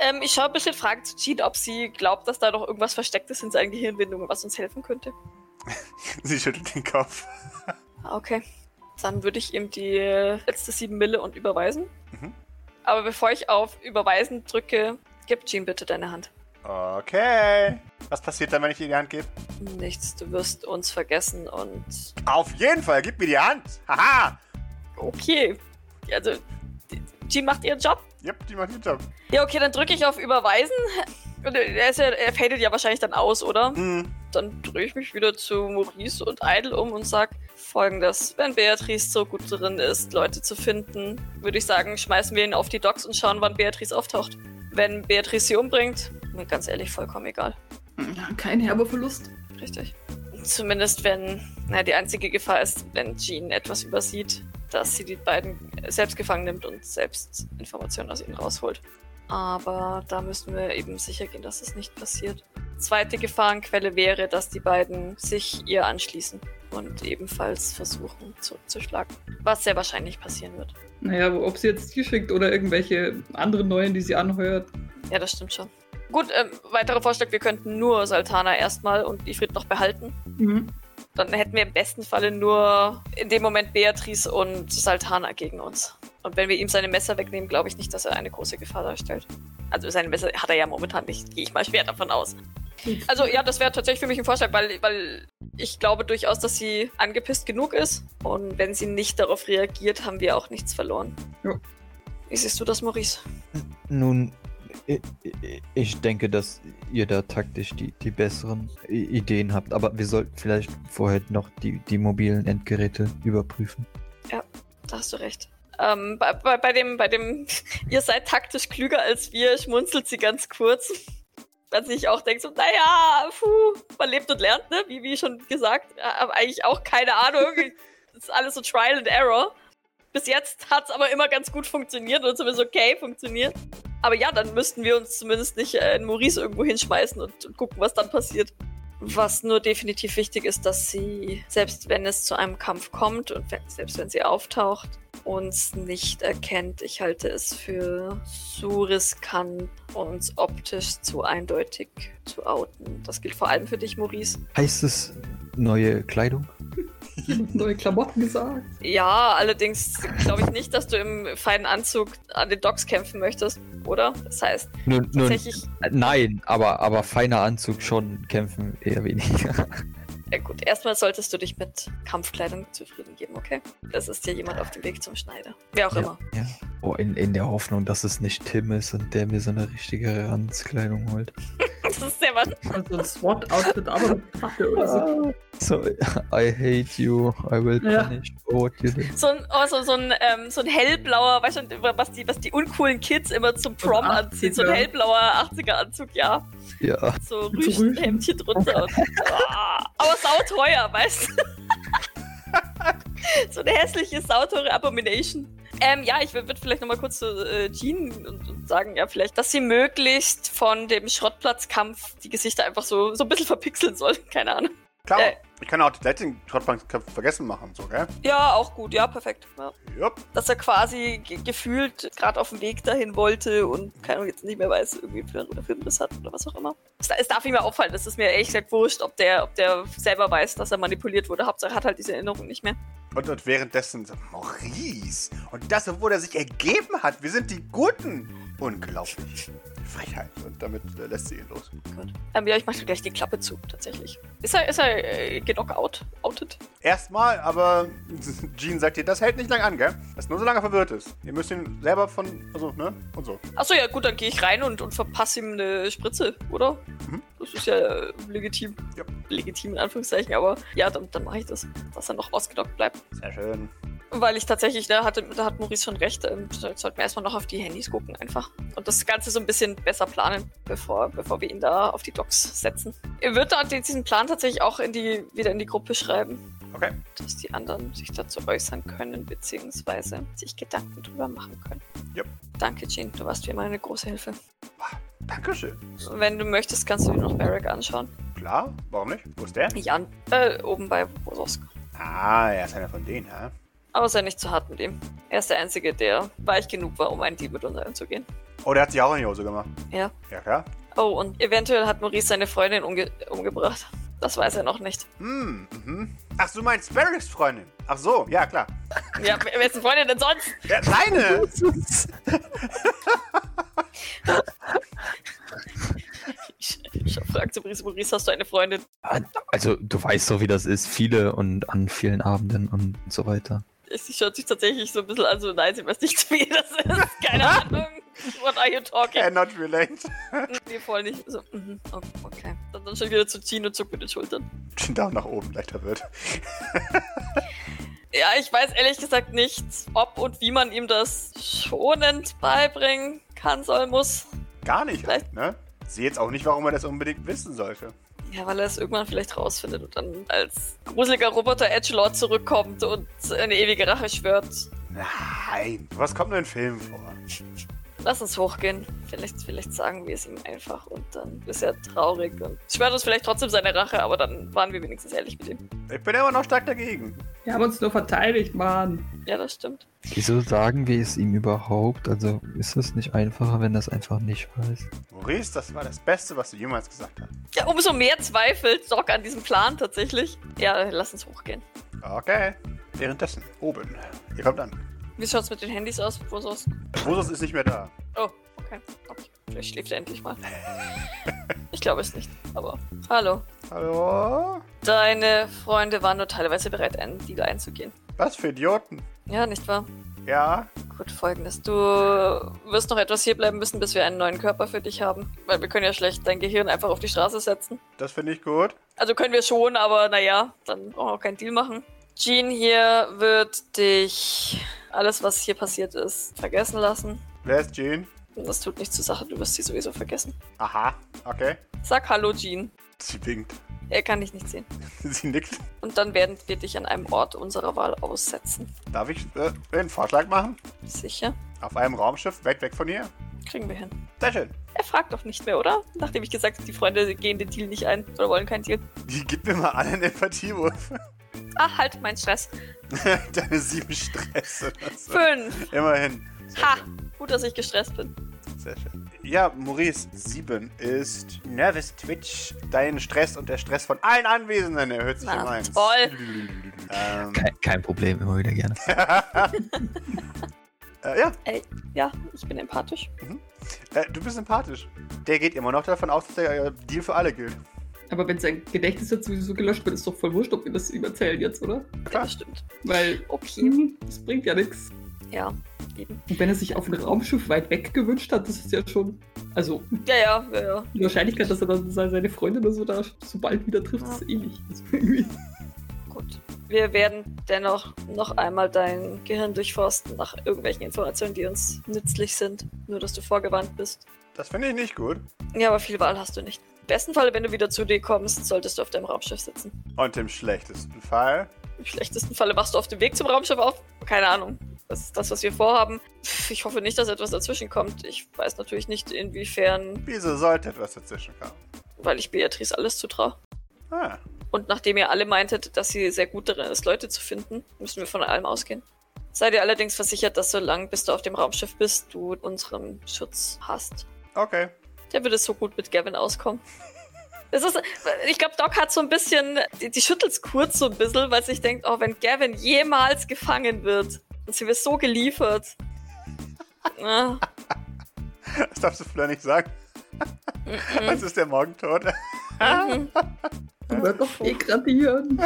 S3: Ähm, ich schaue ein bisschen Fragen zu Jean, ob sie glaubt, dass da noch irgendwas versteckt ist in seinen Gehirnwindungen, was uns helfen könnte.
S2: Sie schüttelt den Kopf.
S3: Ah, Okay. Dann würde ich ihm die letzte 7 Mille und überweisen.
S2: Mhm.
S3: Aber bevor ich auf Überweisen drücke, gib Jean bitte deine Hand.
S2: Okay. Was passiert dann, wenn ich ihr die Hand gebe?
S3: Nichts, du wirst uns vergessen und.
S2: Auf jeden Fall, gib mir die Hand. Haha.
S3: Okay. Also, die- Jean macht ihren Job.
S2: Yep, die macht den Job.
S3: Ja, okay, dann drücke ich auf Überweisen. Und er, ist ja, er fadet ja wahrscheinlich dann aus, oder?
S2: Hm.
S3: Dann drehe ich mich wieder zu Maurice und Idle um und sag folgendes. Wenn Beatrice so gut drin ist, Leute zu finden, würde ich sagen, schmeißen wir ihn auf die Docks und schauen, wann Beatrice auftaucht. Wenn Beatrice sie umbringt, mir ganz ehrlich vollkommen egal.
S4: Ja, Kein herber Verlust.
S3: Richtig. Zumindest wenn, na, die einzige Gefahr ist, wenn Jean etwas übersieht, dass sie die beiden selbst gefangen nimmt und selbst Informationen aus ihnen rausholt. Aber da müssen wir eben sicher gehen, dass es nicht passiert. Zweite Gefahrenquelle wäre, dass die beiden sich ihr anschließen und ebenfalls versuchen zurückzuschlagen. Was sehr wahrscheinlich passieren wird.
S4: Naja, ob sie jetzt die schickt oder irgendwelche anderen Neuen, die sie anheuert.
S3: Ja, das stimmt schon. Gut, ähm, weiterer Vorschlag, wir könnten nur Sultana erstmal und Ifrit noch behalten.
S4: Mhm.
S3: Dann hätten wir im besten Falle nur in dem Moment Beatrice und Saltana gegen uns. Und wenn wir ihm seine Messer wegnehmen, glaube ich nicht, dass er eine große Gefahr darstellt. Also seine Messer hat er ja momentan nicht, gehe ich mal schwer davon aus. Also ja, das wäre tatsächlich für mich ein Vorschlag, weil, weil ich glaube durchaus, dass sie angepisst genug ist. Und wenn sie nicht darauf reagiert, haben wir auch nichts verloren.
S4: Ja.
S3: Wie siehst du das, Maurice?
S1: Nun, i- i- ich denke, dass ihr da taktisch die, die besseren I- Ideen habt, aber wir sollten vielleicht vorher noch die, die mobilen Endgeräte überprüfen.
S3: Da hast du recht. Ähm, bei, bei, bei dem, bei dem, ihr seid taktisch klüger als wir, schmunzelt sie ganz kurz. Weil sie sich auch denkt, so, naja, puh, man lebt und lernt, ne? Wie, wie schon gesagt, äh, aber eigentlich auch keine Ahnung. das ist alles so Trial and Error. Bis jetzt hat es aber immer ganz gut funktioniert oder zumindest okay funktioniert. Aber ja, dann müssten wir uns zumindest nicht äh, in Maurice irgendwo hinschmeißen und, und gucken, was dann passiert. Was nur definitiv wichtig ist, dass sie, selbst wenn es zu einem Kampf kommt und wenn, selbst wenn sie auftaucht, uns nicht erkennt. Ich halte es für zu riskant, uns optisch zu eindeutig zu outen. Das gilt vor allem für dich, Maurice.
S1: Heißt es neue Kleidung?
S4: Neue Klamotten gesagt.
S3: Ja, allerdings glaube ich nicht, dass du im feinen Anzug an den Docks kämpfen möchtest, oder? Das heißt,
S1: Nun, nun,
S3: tatsächlich,
S1: äh, nein, aber, aber feiner Anzug schon, kämpfen eher weniger.
S3: äh, gut, erstmal solltest du dich mit Kampfkleidung zufrieden geben, okay? Das ist dir jemand auf dem Weg zum Schneider. Wer auch
S1: Ja.
S3: immer.
S1: Oh, in, in der Hoffnung, dass es nicht Tim ist und der mir so eine richtige Ranzkleidung holt.
S3: Das ist sehr was.
S4: Also ein SWAT-Outfit, aber mit Kratte oder so.
S1: So, I hate you, I will
S4: Ja.
S1: punish what you did.
S3: So ein, oh, so, so ein, ähm, so ein hellblauer, weißt du, was die, was die uncoolen Kids immer zum
S4: So ein
S3: Prom anziehen. So ein
S4: 80er.
S3: hellblauer 80er-Anzug, ja.
S1: Ja,
S3: So
S4: Mit so Rüschen.
S3: Rüschenhemdchen drunter. Und, Ah, aber sauteuer, weißt du? so eine hässliche, sauteure Abomination. Ähm, ja, ich würde vielleicht nochmal kurz zu äh, Jean und, und sagen, ja, vielleicht, dass sie möglichst von dem Schrottplatzkampf die Gesichter einfach so, so ein bisschen verpixeln soll. Keine Ahnung.
S2: Klar.
S3: Äh.
S2: Ich kann auch die letzten Trottbankknöpfe vergessen machen, so, gell?
S3: Ja, auch gut, ja, perfekt. Ja.
S2: Jupp.
S3: Dass er quasi ge gefühlt gerade auf dem Weg dahin wollte und keine Ahnung, jetzt nicht mehr weiß, irgendwie für einen Filmriss hat oder was auch immer. Es, es darf ihm ja auffallen, das ist mir ehrlich gesagt wurscht, ob der, ob der selber weiß, dass er manipuliert wurde. Hauptsache er hat halt diese Erinnerung nicht mehr.
S2: Und, und währenddessen so, Maurice. Und das, obwohl er sich ergeben hat. Wir sind die Guten. Unglaublich. Frechheit. Und damit äh, lässt sie ihn los.
S3: Gut. Ähm, ja, ich mach dir gleich die Klappe zu, tatsächlich. Ist er, ist er äh, genock out, outet?
S2: Erstmal, aber Jean sagt dir, das hält nicht lang an, gell? Das ist nur so lange verwirrt ist. Ihr müsst ihn selber von. Also, ne? Und so.
S3: Achso, ja gut, dann gehe ich rein und, und verpasse ihm eine Spritze, oder?
S2: Mhm.
S3: Das ist ja äh, legitim.
S2: Ja.
S3: Legitim in Anführungszeichen, aber ja, dann, dann mache ich das, dass er noch ausgenockt bleibt.
S2: Sehr schön.
S3: Weil ich tatsächlich, da, hatte, da hat Maurice schon recht, ähm, so- sollten wir erstmal noch auf die Handys gucken einfach. Und das Ganze so ein bisschen besser planen, bevor, bevor wir ihn da auf die Docks setzen. Er wird da den- diesen Plan tatsächlich auch in die, wieder in die Gruppe schreiben,
S2: Okay.
S3: dass die anderen sich dazu äußern können, beziehungsweise sich Gedanken drüber machen können.
S2: Yep.
S3: Danke, Jean, du warst wie immer eine große Hilfe.
S2: Dankeschön.
S3: Wenn du möchtest, kannst du dir noch Barrack anschauen.
S2: Klar, warum nicht? Wo ist der?
S3: Jan, äh, oben bei Bososk.
S2: Ah, er ist einer von denen, ja?
S3: Aber sei nicht zu hart mit ihm. Er ist der Einzige, der weich genug war, um einen Deal mit uns einzugehen.
S2: Oh, der hat sich auch in die Hose gemacht.
S3: Ja.
S2: Ja, klar.
S3: Oh, und eventuell hat Maurice seine Freundin umge umgebracht. Das weiß er noch nicht.
S2: Hm, mhm. Ach, du meinst Barracks Freundin? Ach so, ja, klar.
S3: Ja, wer- wessen Freundin denn sonst?
S2: Ja, seine!
S3: Ich, ich frage zu Maurice, Maurice, hast du eine Freundin?
S1: Also, du weißt so, wie das ist. Viele und an vielen Abenden und so weiter.
S3: Sie schaut sich tatsächlich so ein bisschen an, so nein, sie weiß nicht, wie das ist. Keine Ahnung. What are you talking?
S2: Cannot relate.
S3: Wir voll nicht. So, mhm, oh, okay. Dann, dann schon wieder zu ziehen und zuckt mit den Schultern.
S2: Schon da nach oben leichter wird.
S3: Ja, ich weiß ehrlich gesagt nicht, ob und wie man ihm das schonend beibringen kann, soll, muss.
S2: Gar nicht,
S3: Vielleicht-
S2: ne? Sehe jetzt auch nicht, warum er das unbedingt wissen sollte.
S3: Ja, weil er es irgendwann vielleicht rausfindet und dann als gruseliger Roboter Edgelord zurückkommt und eine ewige Rache schwört.
S2: Nein. Was kommt nur in Filmen vor?
S3: Lass uns hochgehen. Vielleicht, vielleicht sagen wir es ihm einfach und dann ist er traurig und schwört uns vielleicht trotzdem seine Rache, aber dann waren wir wenigstens ehrlich mit ihm.
S2: Ich bin immer noch stark dagegen.
S4: Wir haben uns nur verteidigt, Mann.
S3: Ja, das stimmt.
S1: Wieso sagen wir es ihm überhaupt? Also, ist es nicht einfacher, wenn das einfach nicht weiß?
S2: Maurice, das war das Beste, was du jemals gesagt hast.
S3: Ja, umso mehr zweifelt Doc an diesem Plan tatsächlich. Ja, lass uns hochgehen.
S2: Okay. Währenddessen, oben. Ihr kommt an.
S3: Wie schaut's mit den Handys aus? Wo sonst?
S2: Bosos ist nicht mehr da.
S3: Oh, okay. okay. Vielleicht schläft er endlich mal. Ich glaube es nicht, aber hallo.
S2: Hallo?
S3: Deine Freunde waren nur teilweise bereit, einen Deal einzugehen.
S2: Was für Idioten.
S3: Ja, nicht wahr?
S2: Ja,
S3: Gut, folgendes. Du wirst noch etwas hierbleiben müssen, bis wir einen neuen Körper für dich haben. Weil wir können ja schlecht dein Gehirn einfach auf die Straße setzen.
S2: das finde ich gut.
S3: Also können wir schon, aber naja, dann brauchen wir auch keinen Deal machen. Jean hier wird dich alles, was hier passiert ist, vergessen lassen.
S2: Wer ist Jean?
S3: Und das tut nichts zur Sache, du wirst sie sowieso vergessen.
S2: Aha, okay.
S3: Sag Hallo, Jean.
S2: Sie winkt.
S3: Er kann dich nicht sehen.
S2: Sie nickt.
S3: Und dann werden wir dich an einem Ort unserer Wahl aussetzen.
S2: Darf ich äh, einen Vorschlag machen?
S3: Sicher?
S2: Auf einem Raumschiff, weit weg von hier?
S3: Kriegen wir hin.
S2: Sehr schön.
S3: Er fragt doch nicht mehr, oder? Nachdem ich gesagt habe, die Freunde gehen den Deal nicht ein oder wollen keinen Deal.
S2: Die gibt mir mal alle einen Empathiewurf.
S3: Ah, halt, mein Stress.
S2: Deine sieben Stress oder so.
S3: Fünf.
S2: Immerhin. Sehr
S3: Ha!
S2: schön,
S3: Gut, dass ich gestresst bin.
S2: Sehr schön. Ja, Maurice, sieben ist Nervous Twitch. Dein Stress und der Stress von allen Anwesenden erhöht sich
S3: Na,
S2: um eins.
S3: toll.
S2: Ähm,
S1: Kein, kein Problem, immer wieder gerne.
S2: äh, ja,
S3: Ja, ich bin empathisch.
S2: äh, du bist sympathisch. Der geht immer noch davon aus, dass der äh, Deal für alle gilt.
S4: Aber wenn sein Gedächtnis jetzt sowieso gelöscht wird, ist doch voll wurscht, ob wir das ihm erzählen jetzt, oder?
S3: Ja, das stimmt.
S4: Weil,
S3: Okay.
S4: hm, das bringt ja nichts.
S3: Ja, eben.
S4: Und wenn er sich auf ein Raumschiff weit weg gewünscht hat, das ist ja schon. Also,
S3: Ja, ja, ja, ja.
S4: die Wahrscheinlichkeit, dass er dann se- seine Freundin oder so da so bald wieder trifft, ist eh Also ähnlich.
S3: Gut. Wir werden dennoch noch einmal dein Gehirn durchforsten nach irgendwelchen Informationen, die uns nützlich sind. Nur, dass du vorgewandt bist.
S2: Das finde ich nicht gut.
S3: Ja, aber viel Wahl hast du nicht. Im besten Fall, wenn du wieder zu dir kommst, solltest du auf deinem Raumschiff sitzen.
S2: Und im schlechtesten Fall.
S3: Im schlechtesten Falle wachst du auf dem Weg zum Raumschiff auf. Keine Ahnung. Das ist das, was wir vorhaben. Pff, Ich hoffe nicht, dass etwas dazwischen kommt. Ich weiß natürlich nicht, inwiefern
S2: Wieso sollte etwas dazwischen kommen?
S3: weil ich Beatrice alles zutraue.
S2: Ah,
S3: Und nachdem ihr alle meintet, dass sie sehr gut darin ist, Leute zu finden, müssen wir von allem ausgehen. Sei dir allerdings versichert, dass solange bis du auf dem Raumschiff bist, du unseren Schutz hast.
S2: Okay.
S3: Der würde so gut mit Gavin auskommen. Es ist, ich glaube, Doc hat so ein bisschen, die, die schüttelt's kurz so ein bisschen, weil sie sich denkt, oh, wenn Gavin jemals gefangen wird und sie wird so geliefert. Ah, Na,
S2: Das darfst du Fleur nicht sagen. Sonst ist der morgen tot.
S3: mhm.
S4: Er wird doch degradieren.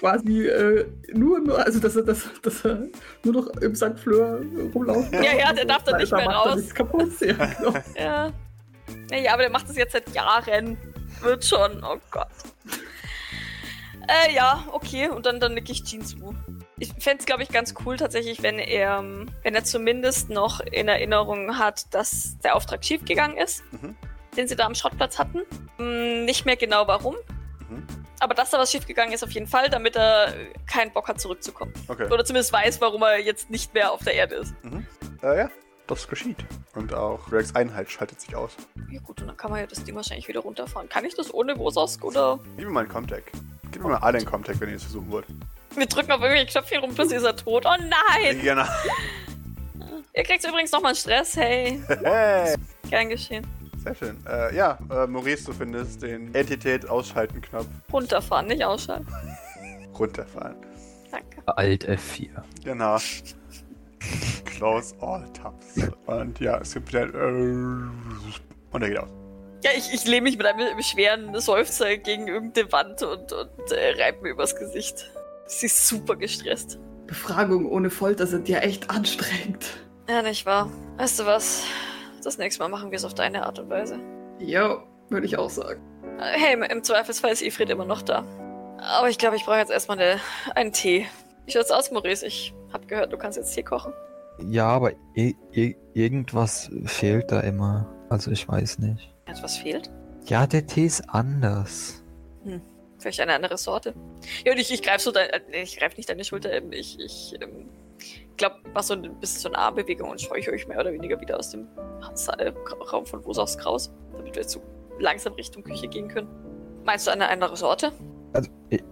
S4: Quasi äh, nur, nur, also dass er, dass, er- dass er nur noch im St. Fleur rumlaufen
S3: Ja, ja, der darf dann nicht
S4: Leider
S3: mehr
S4: macht er
S3: raus.
S4: nichts kaputt, ja, genau.
S3: ja. Naja, aber der macht das jetzt seit Jahren. Wird schon, oh Gott. Äh, ja, okay, und dann, dann nick ich Jean zu. Ich fänd's, glaube ich, ganz cool tatsächlich, wenn er, ähm, wenn er zumindest noch in Erinnerung hat, dass der Auftrag schiefgegangen ist,
S2: Mhm.
S3: den sie da am Schrottplatz hatten. Hm, nicht mehr genau warum,
S2: Mhm.
S3: aber dass da was schiefgegangen ist auf jeden Fall, damit er äh, keinen Bock hat, zurückzukommen.
S2: Okay.
S3: Oder zumindest weiß, warum er jetzt nicht mehr auf der Erde ist.
S2: Äh, ja, das geschieht. Und auch Rex Einheit schaltet sich aus.
S3: Ja gut, und dann kann man ja das Ding wahrscheinlich wieder runterfahren. Kann ich das ohne Wososk oder?
S2: Gib mir mal einen Comtech. Gib mir mal alle einen Comtech, wenn ihr es versuchen wollt.
S3: Wir drücken auf irgendwelche Knöpfe hier rum, bis ist er tot. Oh nein!
S2: Genau.
S3: Ihr kriegt übrigens nochmal einen Stress, hey.
S2: Hey.
S3: Gern geschehen.
S2: Sehr schön. Äh, ja, äh, Maurice, du findest den Entität-Ausschalten-Knopf
S3: Runterfahren, nicht ausschalten.
S2: runterfahren.
S3: Danke.
S1: Alt F4.
S2: Genau. Close all tabs. Und ja, es gibt wieder. ein Äh, und er geht aus.
S3: Ja, ich, ich lehne mich mit einem schweren Seufzer gegen irgendeine Wand und, und äh, reibe mir übers Gesicht. Sie ist super gestresst.
S4: Befragungen ohne Folter sind ja echt anstrengend.
S3: Ja, nicht wahr. Weißt du was? Das nächste Mal machen wir es auf deine Art und Weise.
S4: Ja, würde ich auch sagen.
S3: Äh, Hey, im- im Zweifelsfall ist Ifrit immer noch da. Aber ich glaube, ich brauche jetzt erstmal eine, einen Tee. Ich schaut's aus, Maurice. Ich hab gehört, du kannst jetzt Tee kochen.
S1: Ja, aber i- i- irgendwas fehlt da immer. Also ich weiß nicht.
S3: Etwas fehlt?
S1: Ja, der Tee ist anders.
S3: Vielleicht eine andere Sorte. Ja, und ich, ich greife so dein, äh, nee, ich greif nicht deine Schulter. ähm, Ich, ich ähm, glaube, mach so ein bisschen so eine Armbewegung und scheuche euch mehr oder weniger wieder aus dem Sa- äh, Ra- Raum von Wosachs Kraus, damit wir jetzt so langsam Richtung Küche gehen können. Meinst du eine andere Sorte?
S1: Also i-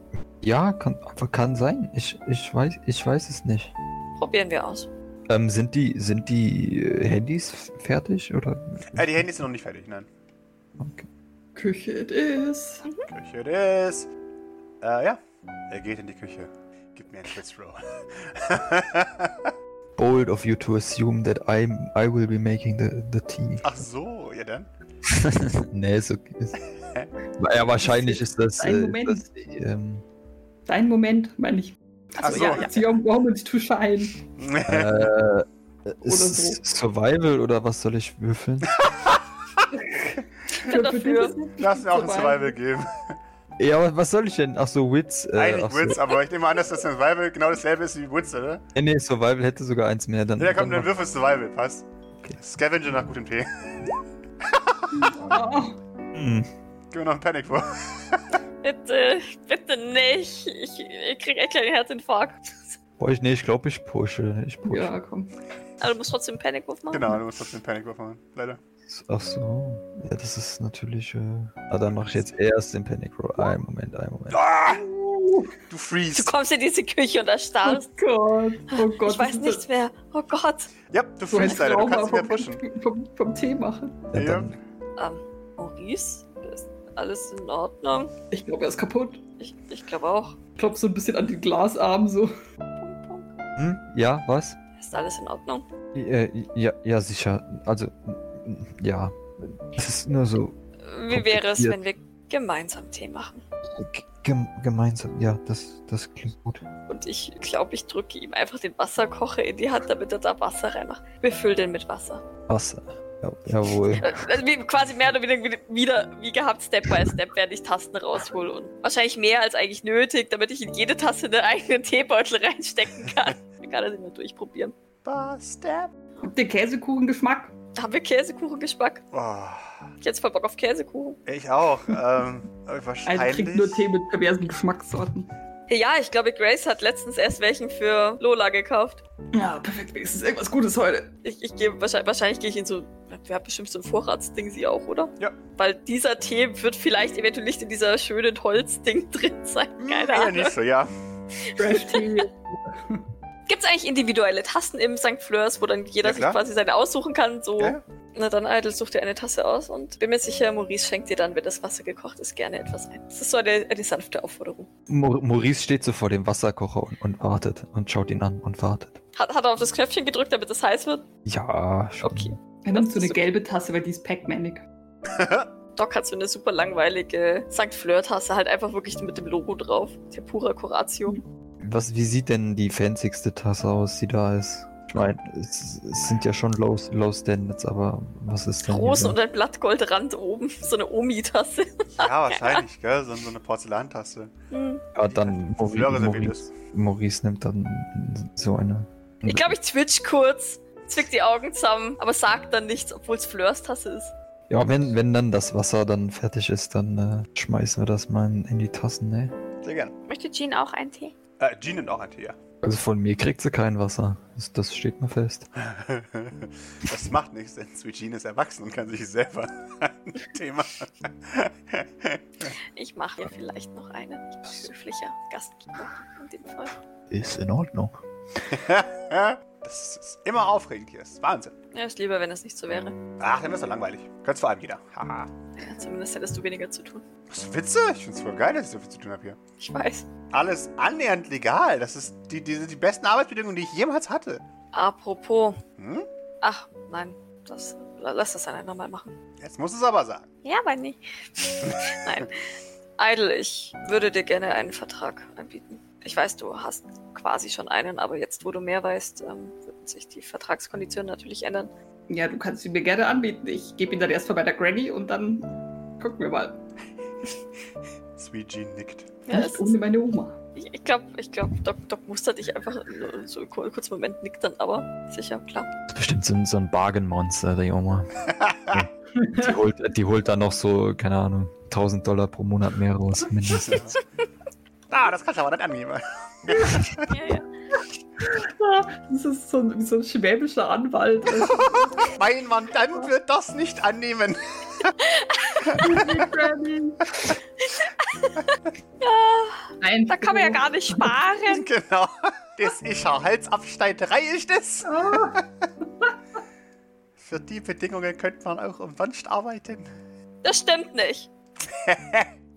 S1: ja, kann, kann sein. Ich, ich, weiß, ich weiß es nicht.
S3: Probieren wir aus.
S1: Ähm, sind die, sind die äh, Handys f- fertig oder?
S2: Äh, die Handys sind noch nicht fertig, nein.
S1: Okay.
S4: Küche it is.
S2: Küche des. Äh, ja. Er geht in die Küche. Gib mir einen Fitzroll.
S1: Bold of you to assume that I'm, I will be making the, the tea.
S2: Ach so, ja dann.
S1: nee, ist okay. Ist, ja, wahrscheinlich ist das.
S4: Ein
S1: äh,
S4: Moment.
S1: Das, ähm,
S4: Dein Moment, meine ich.
S2: Ach so,
S4: ja, um,
S2: ja.
S4: It's your moment to shine.
S1: äh,
S4: so.
S1: ist Survival oder was soll ich würfeln?
S4: Für,
S3: dafür.
S2: Lass mir auch ein Survival geben.
S1: ja, aber was soll ich denn? Ach so, Wits. Äh,
S2: Eigentlich
S1: ach so.
S2: Wits, aber ich nehme an, dass das Survival genau dasselbe ist wie Wits, oder?
S1: Nee, nee, Survival hätte sogar eins mehr. Dann,
S2: Ja, komm, dann
S1: dann
S2: würfel Survival, passt.
S1: Okay.
S2: Scavenger nach gutem Tee.
S4: Oh,
S1: Hm.
S2: Gib mir noch einen Panic vor.
S3: Bitte, bitte nicht. Ich, ich krieg echt einen Herzinfarkt.
S1: Boah, ich, nee, ich glaube, ich pushe. Ich pushe.
S4: Oh. ja, komm.
S3: Aber du musst trotzdem Panikwurf
S4: Oh.
S3: machen.
S2: Genau, du musst trotzdem einen Panic Wurf machen. Leider.
S1: Ach so. Ja, das ist natürlich. Äh... Ah, dann mache ich jetzt erst den Panic Roll. Ein Moment, ein Moment.
S2: Ah,
S4: Oh
S2: du
S3: Du
S2: freest.
S3: kommst in diese Küche und erstarrst.
S4: Gott, oh Gott.
S3: Ich weiß nichts mehr. Oh Gott.
S2: Ja, du
S4: Du
S2: freest
S4: hättest
S2: leider.
S4: auch
S2: Du
S4: mal
S2: kannst nicht mehr
S4: vom,
S2: pushen.
S4: vom, vom Tee machen.
S1: Ja,
S2: Ja.
S1: dann,
S3: Ähm, Maurice, ist alles in Ordnung?
S4: Ich glaube, er ist kaputt.
S3: Ich, ich glaube auch.
S4: Klopft so ein bisschen an den Glasarm so.
S3: Punk, punk.
S1: hm? ja was?
S3: Ist alles in Ordnung?
S1: Äh, ja, ja, sicher. Also, m- ja. Es ist nur so
S3: Wie wäre es,
S1: Kompliziert.
S3: wenn wir gemeinsam Tee machen?
S1: g- gem gemeinsam. Ja, das, das klingt gut.
S3: Und ich glaube, ich drücke ihm einfach den Wasserkocher in die Hand, damit er da Wasser reinmacht. Wir füllen den mit Wasser.
S1: Wasser. Ja, jawohl.
S3: Äh, Also wie, quasi mehr oder weniger wieder- wieder, wie gehabt, Step by Step, während ich Tasten raushole. Und wahrscheinlich mehr als eigentlich nötig, damit ich in jede Tasse einen eigenen Teebeutel reinstecken kann. Dann kann er den mal durchprobieren.
S2: Bastard.
S4: Der Käsekuchengeschmack.
S3: Haben wir Käsekuchengeschmack?
S2: Oh,
S3: Ich hab jetzt voll Bock auf Käsekuchen.
S2: ich auch. Ähm, aber
S4: Also trinkt
S2: wahrscheinlich.
S4: nur Tee mit perversen Geschmackssorten.
S3: Ja, ich glaube, Grace hat letztens erst welchen für Lola gekauft.
S4: Ja, perfekt. Wenigstens irgendwas Gutes heute.
S3: Ich, ich gehe wahrscheinlich, wahrscheinlich gehe ich in so Wir haben bestimmt so ein Vorratsding sie auch, oder?
S2: Ja.
S3: Weil dieser Tee wird vielleicht eventuell nicht in dieser schönen Holzding drin sein. Keine
S2: ja,
S3: Ahnung.
S2: nicht so, ja.
S4: Fresh Tea.
S3: Gibt's eigentlich individuelle Tassen im St. Fleurs, wo dann jeder
S2: Ja,
S3: sich
S2: klar.
S3: quasi seine aussuchen kann? So,
S2: Ja, ja.
S3: na dann, Eitel, such dir eine Tasse aus und bin mir sicher, Maurice schenkt dir dann, wenn das Wasser gekocht ist, gerne etwas ein. Das ist so eine, eine sanfte Aufforderung.
S1: Mo- Maurice steht so vor dem Wasserkocher und, und wartet und schaut ihn an und wartet.
S3: Hat, hat er auf das Knöpfchen gedrückt, damit es heiß wird?
S1: Ja, schon.
S3: Okay.
S4: Er nimmt so eine gelbe Tasse, weil die ist Pac-Manic.
S3: Doc hat so eine super langweilige St. Fleur-Tasse, halt einfach wirklich mit dem Logo drauf. Der pura Coratio.
S2: Mhm.
S1: Was, wie sieht denn die fancyste Tasse aus, die da ist? Ich meine, es, es sind ja schon Low, Low Standards, aber was ist denn?
S3: Rosen und
S1: hier
S3: ein Blattgoldrand oben. So eine Omi-Tasse.
S2: Ja, wahrscheinlich, gell? So, so eine Porzellantasse.
S3: Hm.
S1: so? ja, dann Maurice,
S2: Flöre sind wie
S1: Maurice,
S2: das.
S1: Maurice nimmt dann so eine.
S3: Ich glaube, ich twitch kurz, zwick die Augen zusammen, aber sag dann nichts, obwohl es Fleurs Tasse ist.
S1: Ja, wenn, wenn dann das Wasser dann fertig ist, dann äh, schmeißen wir das mal in, in die Tassen, ne?
S2: Sehr gern.
S3: Möchte Jean auch einen Tee?
S2: Äh, Jean und auch ein Tee, ja.
S1: Also von mir kriegt sie kein Wasser. Das, das steht mir fest.
S2: Das macht nichts, denn Sweet Jean ist erwachsen und kann sich selber ein Thema.
S3: Ich mache mir vielleicht noch einen. Ich bin höflicher Gastgeber in dem Fall.
S1: Ist in Ordnung.
S2: Das ist immer aufregend hier. Das ist Wahnsinn.
S3: Ja, ist lieber, wenn es nicht so wäre.
S2: Ach, dann ist doch langweilig. Könnt's vor allem jeder. Haha.
S3: Ja, zumindest hättest du weniger zu tun.
S2: Was für Witze? Ich find's voll geil, dass ich so viel zu tun habe hier.
S3: Ich weiß.
S2: Alles annähernd legal. Das ist die, die, sind die besten Arbeitsbedingungen, die ich jemals hatte.
S3: Apropos.
S2: Hm?
S3: Ach, nein. Das, la- lass das dann einmal machen.
S2: Jetzt muss es aber sagen.
S3: Ja, aber nicht. nein. Idle, ich würde dir gerne einen Vertrag anbieten. Ich weiß, du hast quasi schon einen, aber jetzt, wo du mehr weißt, ähm, würden sich die Vertragskonditionen natürlich ändern.
S4: Ja, du kannst ihn mir gerne anbieten. Ich gebe ihn dann erstmal bei der Granny und dann gucken wir mal.
S2: Sweet Jean nickt.
S3: Ja,
S4: Nicht
S3: es
S4: ohne
S3: ist,
S4: meine Oma.
S3: ich ich glaube, ich glaub, Doc, Doc mustert dich einfach nur so einen kur- kurzen Moment, nickt dann aber sicher, klar.
S1: Das ist bestimmt so ein, so ein Bargain-Monster, die Oma. Die holt, die holt dann noch so, keine Ahnung, 1000 Dollar pro Monat mehr raus, mindestens.
S2: ah, das kannst du aber nicht annehmen.
S3: Ja, ja.
S4: Das ist so ein, wie so ein schwäbischer Anwalt.
S2: Mein Mandant wird das nicht annehmen.
S4: Granny. Nein,
S3: Da kann man ja gar nicht sparen.
S2: genau. Das ist ja Halsabsteiterei, ist das?
S4: Ah,
S2: Für die Bedingungen könnte man auch umsonst arbeiten.
S3: Das stimmt nicht.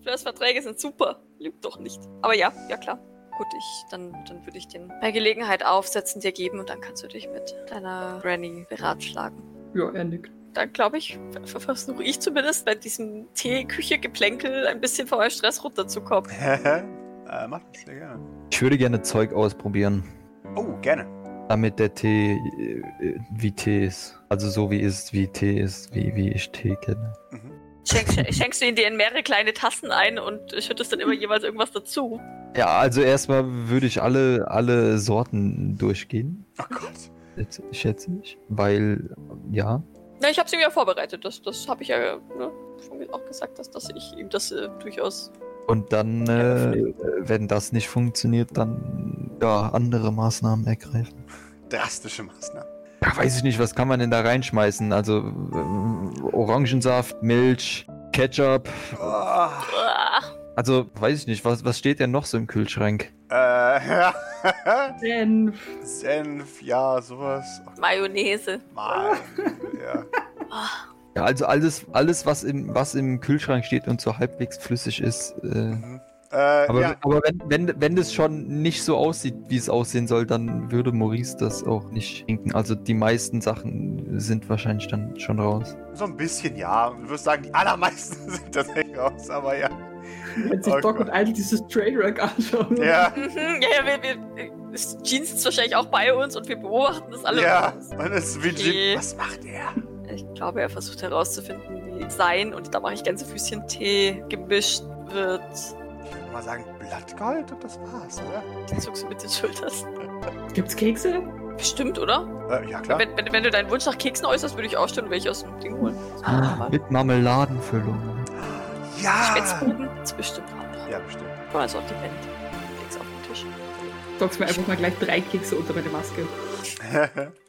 S3: Flirtsverträge sind super. Lügt doch nicht. Aber ja, ja klar. Gut, ich, dann, dann würde ich den bei Gelegenheit aufsetzen, dir geben und dann kannst du dich mit deiner Granny beratschlagen.
S4: ja, er nickt.
S3: Dann glaube ich, ver- ver- versuche ich zumindest bei diesem Teeküche-Geplänkel ein bisschen von eurem Stress runterzukommen.
S2: äh, macht das sehr gerne.
S1: Ich würde gerne Zeug ausprobieren,
S2: Oh, gerne.
S1: damit der Tee äh, wie Tee ist. Also so wie ist, wie Tee ist, wie, wie ich Tee kenne.
S2: Mhm.
S3: Schenk, schen- schenkst du ihn dir in mehrere kleine Tassen ein und schüttest dann immer jeweils irgendwas dazu.
S1: Ja, also erstmal würde ich alle, alle Sorten durchgehen,
S2: Oh Gott.
S1: schätze- schätze ich. Weil, ja,
S3: Na, ich habe ihm ja vorbereitet. Das, das habe ich ja ne, schon ge- auch gesagt, dass, dass ich ihm das äh, durchaus
S1: Und dann, äh, wenn das nicht funktioniert, dann ja, andere Maßnahmen ergreifen.
S2: Drastische Maßnahmen.
S1: Ja, weiß ich nicht, was kann man denn da reinschmeißen? Also äh, Orangensaft, Milch, Ketchup.
S2: Oh.
S3: Uah.
S1: Also weiß ich nicht, was, was steht denn noch so im Kühlschrank?
S2: Äh,
S4: Senf.
S2: Senf, ja, sowas. Oh,
S3: Mayonnaise.
S2: Mann. ja.
S3: Ah,
S1: Ja, also alles, alles was, im, was im Kühlschrank steht und so halbwegs flüssig ist. Äh,
S2: Mhm. Äh,
S1: aber
S2: ja.
S1: aber wenn, wenn, wenn das schon nicht so aussieht, wie es aussehen soll, dann würde Maurice das auch nicht schenken. Also die meisten Sachen sind wahrscheinlich dann schon raus.
S2: So ein bisschen, ja. Du wirst sagen, die allermeisten sind tatsächlich raus, aber ja.
S4: Wenn sich
S2: Oh
S4: Doc
S2: Gott.
S4: und Idle dieses Trainwreck anschauen.
S2: Ja,
S3: Mhm, ja, ja, wir, wir, ist- Jeans ist wahrscheinlich auch bei uns und wir beobachten das alle.
S2: ja. Und es ist
S3: Okay.
S2: Vijay. Was macht er?
S3: Ich glaube, er versucht herauszufinden, wie sein und da mache ich Gänsefüßchen Tee gemischt wird.
S2: Ich würde mal sagen, Blattgold und das war's, oder?
S3: Ich zuckst mit den Schultern.
S4: Gibt's Kekse?
S3: Bestimmt, oder?
S2: Äh, ja, klar.
S3: Wenn, wenn, wenn du deinen Wunsch nach Keksen äußerst, würde ich aufstehen und welche aus dem Ding holen.
S1: Ah, mit Marmeladenfüllung.
S2: Ja!
S3: Spätzbuben? Das ist bestimmt auch.
S2: Ja, bestimmt.
S3: Komm also auf die Wand. Keks auf den Tisch.
S4: Docs mir einfach mal gleich drei Kekse unter meine Maske.